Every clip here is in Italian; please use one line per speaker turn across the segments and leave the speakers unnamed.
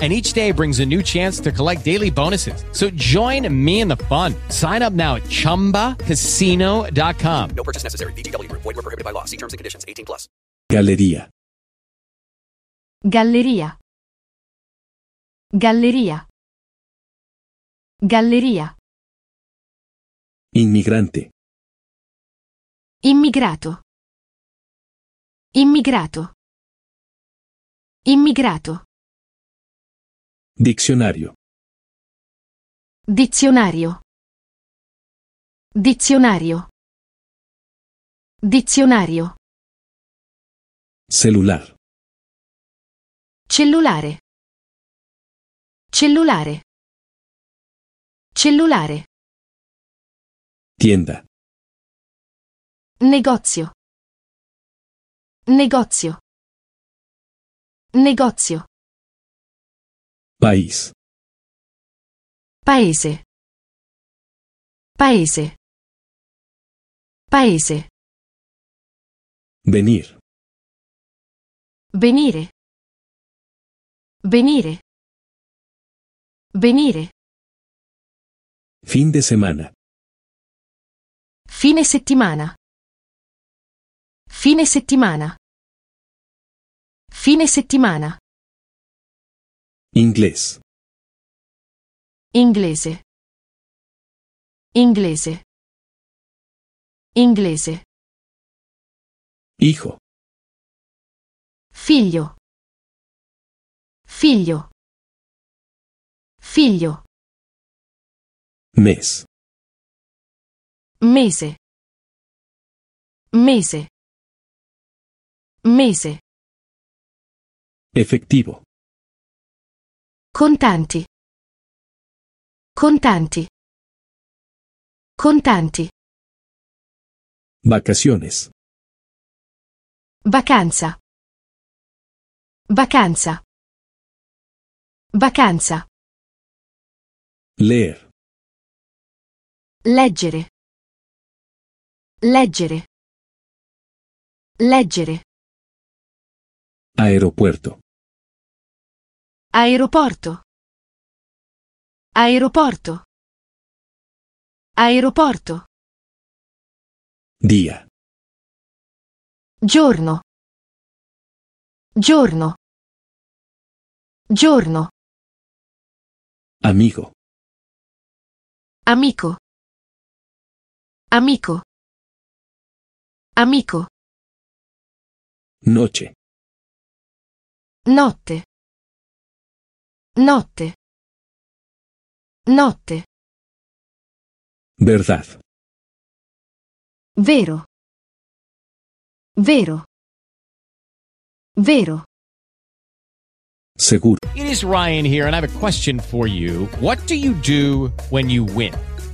and each day brings a new chance to collect daily bonuses. So join me in the fun. Sign up now at ChumbaCasino.com.
No purchase necessary. VGW Group. Void were prohibited by law. See terms and conditions. 18 plus.
Galleria.
Galleria. Galleria. Galleria.
Inmigrante.
Immigrato. Immigrato. Immigrato.
Diccionario.
Dizionario. Dizionario. Dizionario.
Celular.
Cellulare. Cellulare. Cellulare.
Tienda.
Negozio. Negozio. Negozio.
País.
Paese. Paese. Paese.
Venir.
Venire. Venire. Venire.
Fin de semana.
Fine settimana. Fine settimana. Fine settimana.
Inglés.
Inglese. Inglese. Inglese.
Hijo.
Figlio. Figlio. Figlio.
Mes.
Mese. Mese. Mese.
Efectivo.
Contanti. Contanti. Contanti.
Vacaciones.
Vacanza. Vacanza. Vacanza.
Leer.
Leggere. Leggere. Leggere.
Aeropuerto.
Aeroporto. Aeroporto. Aeroporto.
Día.
Giorno. Giorno. Giorno.
Amigo.
Amico. Amico. Amico.
Noche.
Notte. Notte. Notte.
Verdad.
Vero. Vero. Vero.
Seguro.
It is Ryan here, and I have a question for you. What do you do when you win?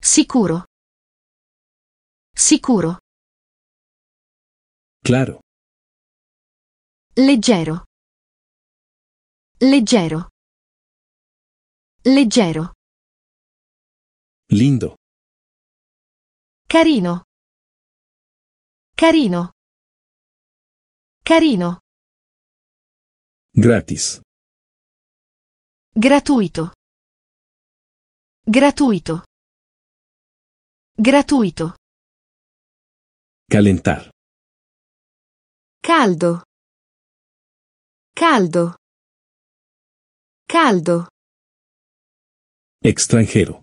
Sicuro. Sicuro.
Claro.
Leggero. Leggero. Leggero.
Lindo.
Carino. Carino. Carino.
Gratis.
Gratuito. Gratuito. Gratuito.
Calentar.
Caldo. Caldo. Caldo.
Extranjero.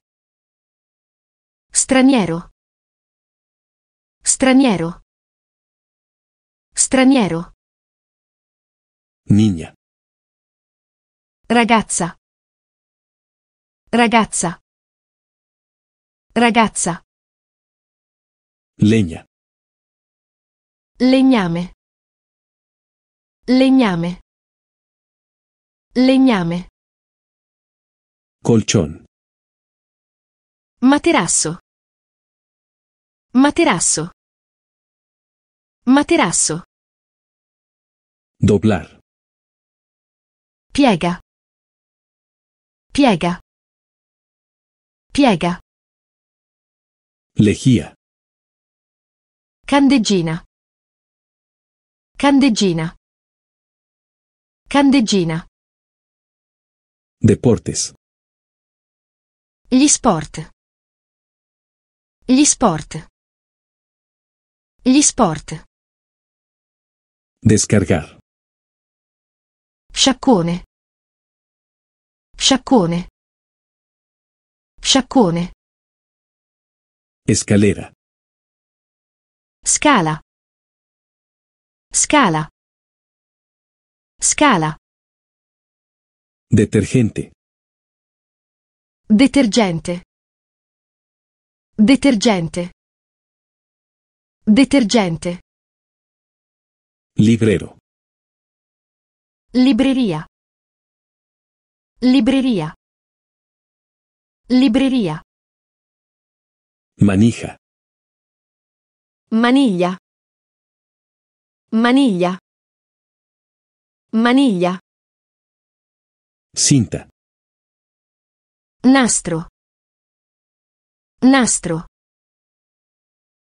Straniero. Straniero. Straniero.
Niña.
Ragazza. Ragazza. Ragazza.
Leña.
Legname. Legname. Legname.
Colchón.
Materasso. Materasso. Materasso.
Doblar.
Piega. Piega. Piega.
Lejía.
Candeggina. Candeggina. Candeggina.
Deportes.
Gli sport. Gli sport. Gli sport.
Descargar.
Sciaccone. Sciaccone. Sciaccone.
Escalera.
Scala. Scala. Scala.
Detergente.
Detergente. Detergente. Detergente.
Librero.
Libreria. Libreria. Libreria.
Manija.
Maniglia. Maniglia. Maniglia.
Cinta.
Nastro. Nastro.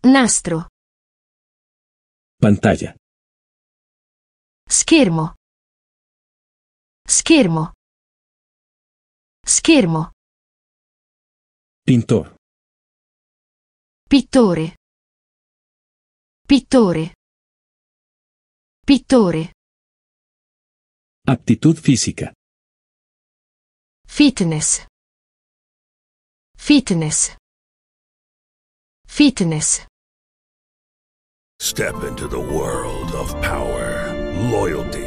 Nastro.
Pantalla.
Schermo. Schermo. Schermo.
Pintor.
Pittore. Pittore. Pittore.
Aptitud física.
Fitness. Fitness. Fitness.
Step into the world of power, loyalty,